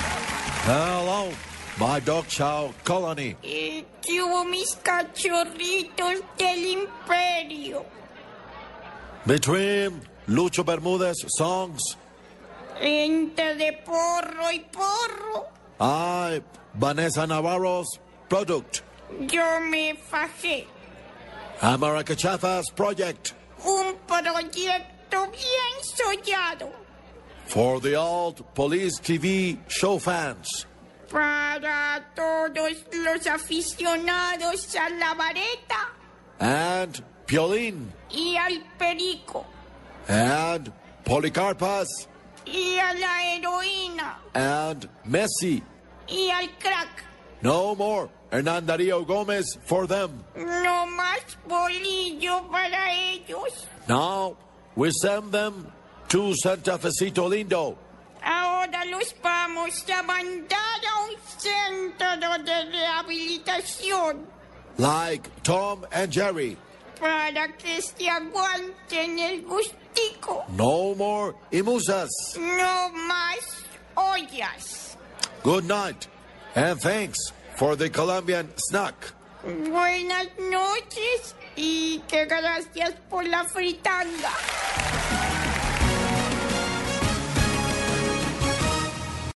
Hello, my dog chow colony. Eh, ¿Qué hubo mis cachorritos del imperio? Between Lucho Bermudez songs, Entre de porro y porro, I, Vanessa Navarro's product, yo me fajé America Chafa's project, un proyecto bien soñado for the old police TV show fans, para todos los aficionados a la vareta and Piolin, y al perico and Policarpas, y a la heroína and Messi. y al crack. No more Hernan Darío Gomez for them. No más bolillo para ellos. Now we send them to Santa Fecito Lindo. Ahora los vamos a mandar a un centro de rehabilitación like Tom and Jerry. para que se aguanten el gustico. No more imusas. No más ollas. Good night, and thanks for the Colombian snack. Buenas noches y que gracias por la fritanga.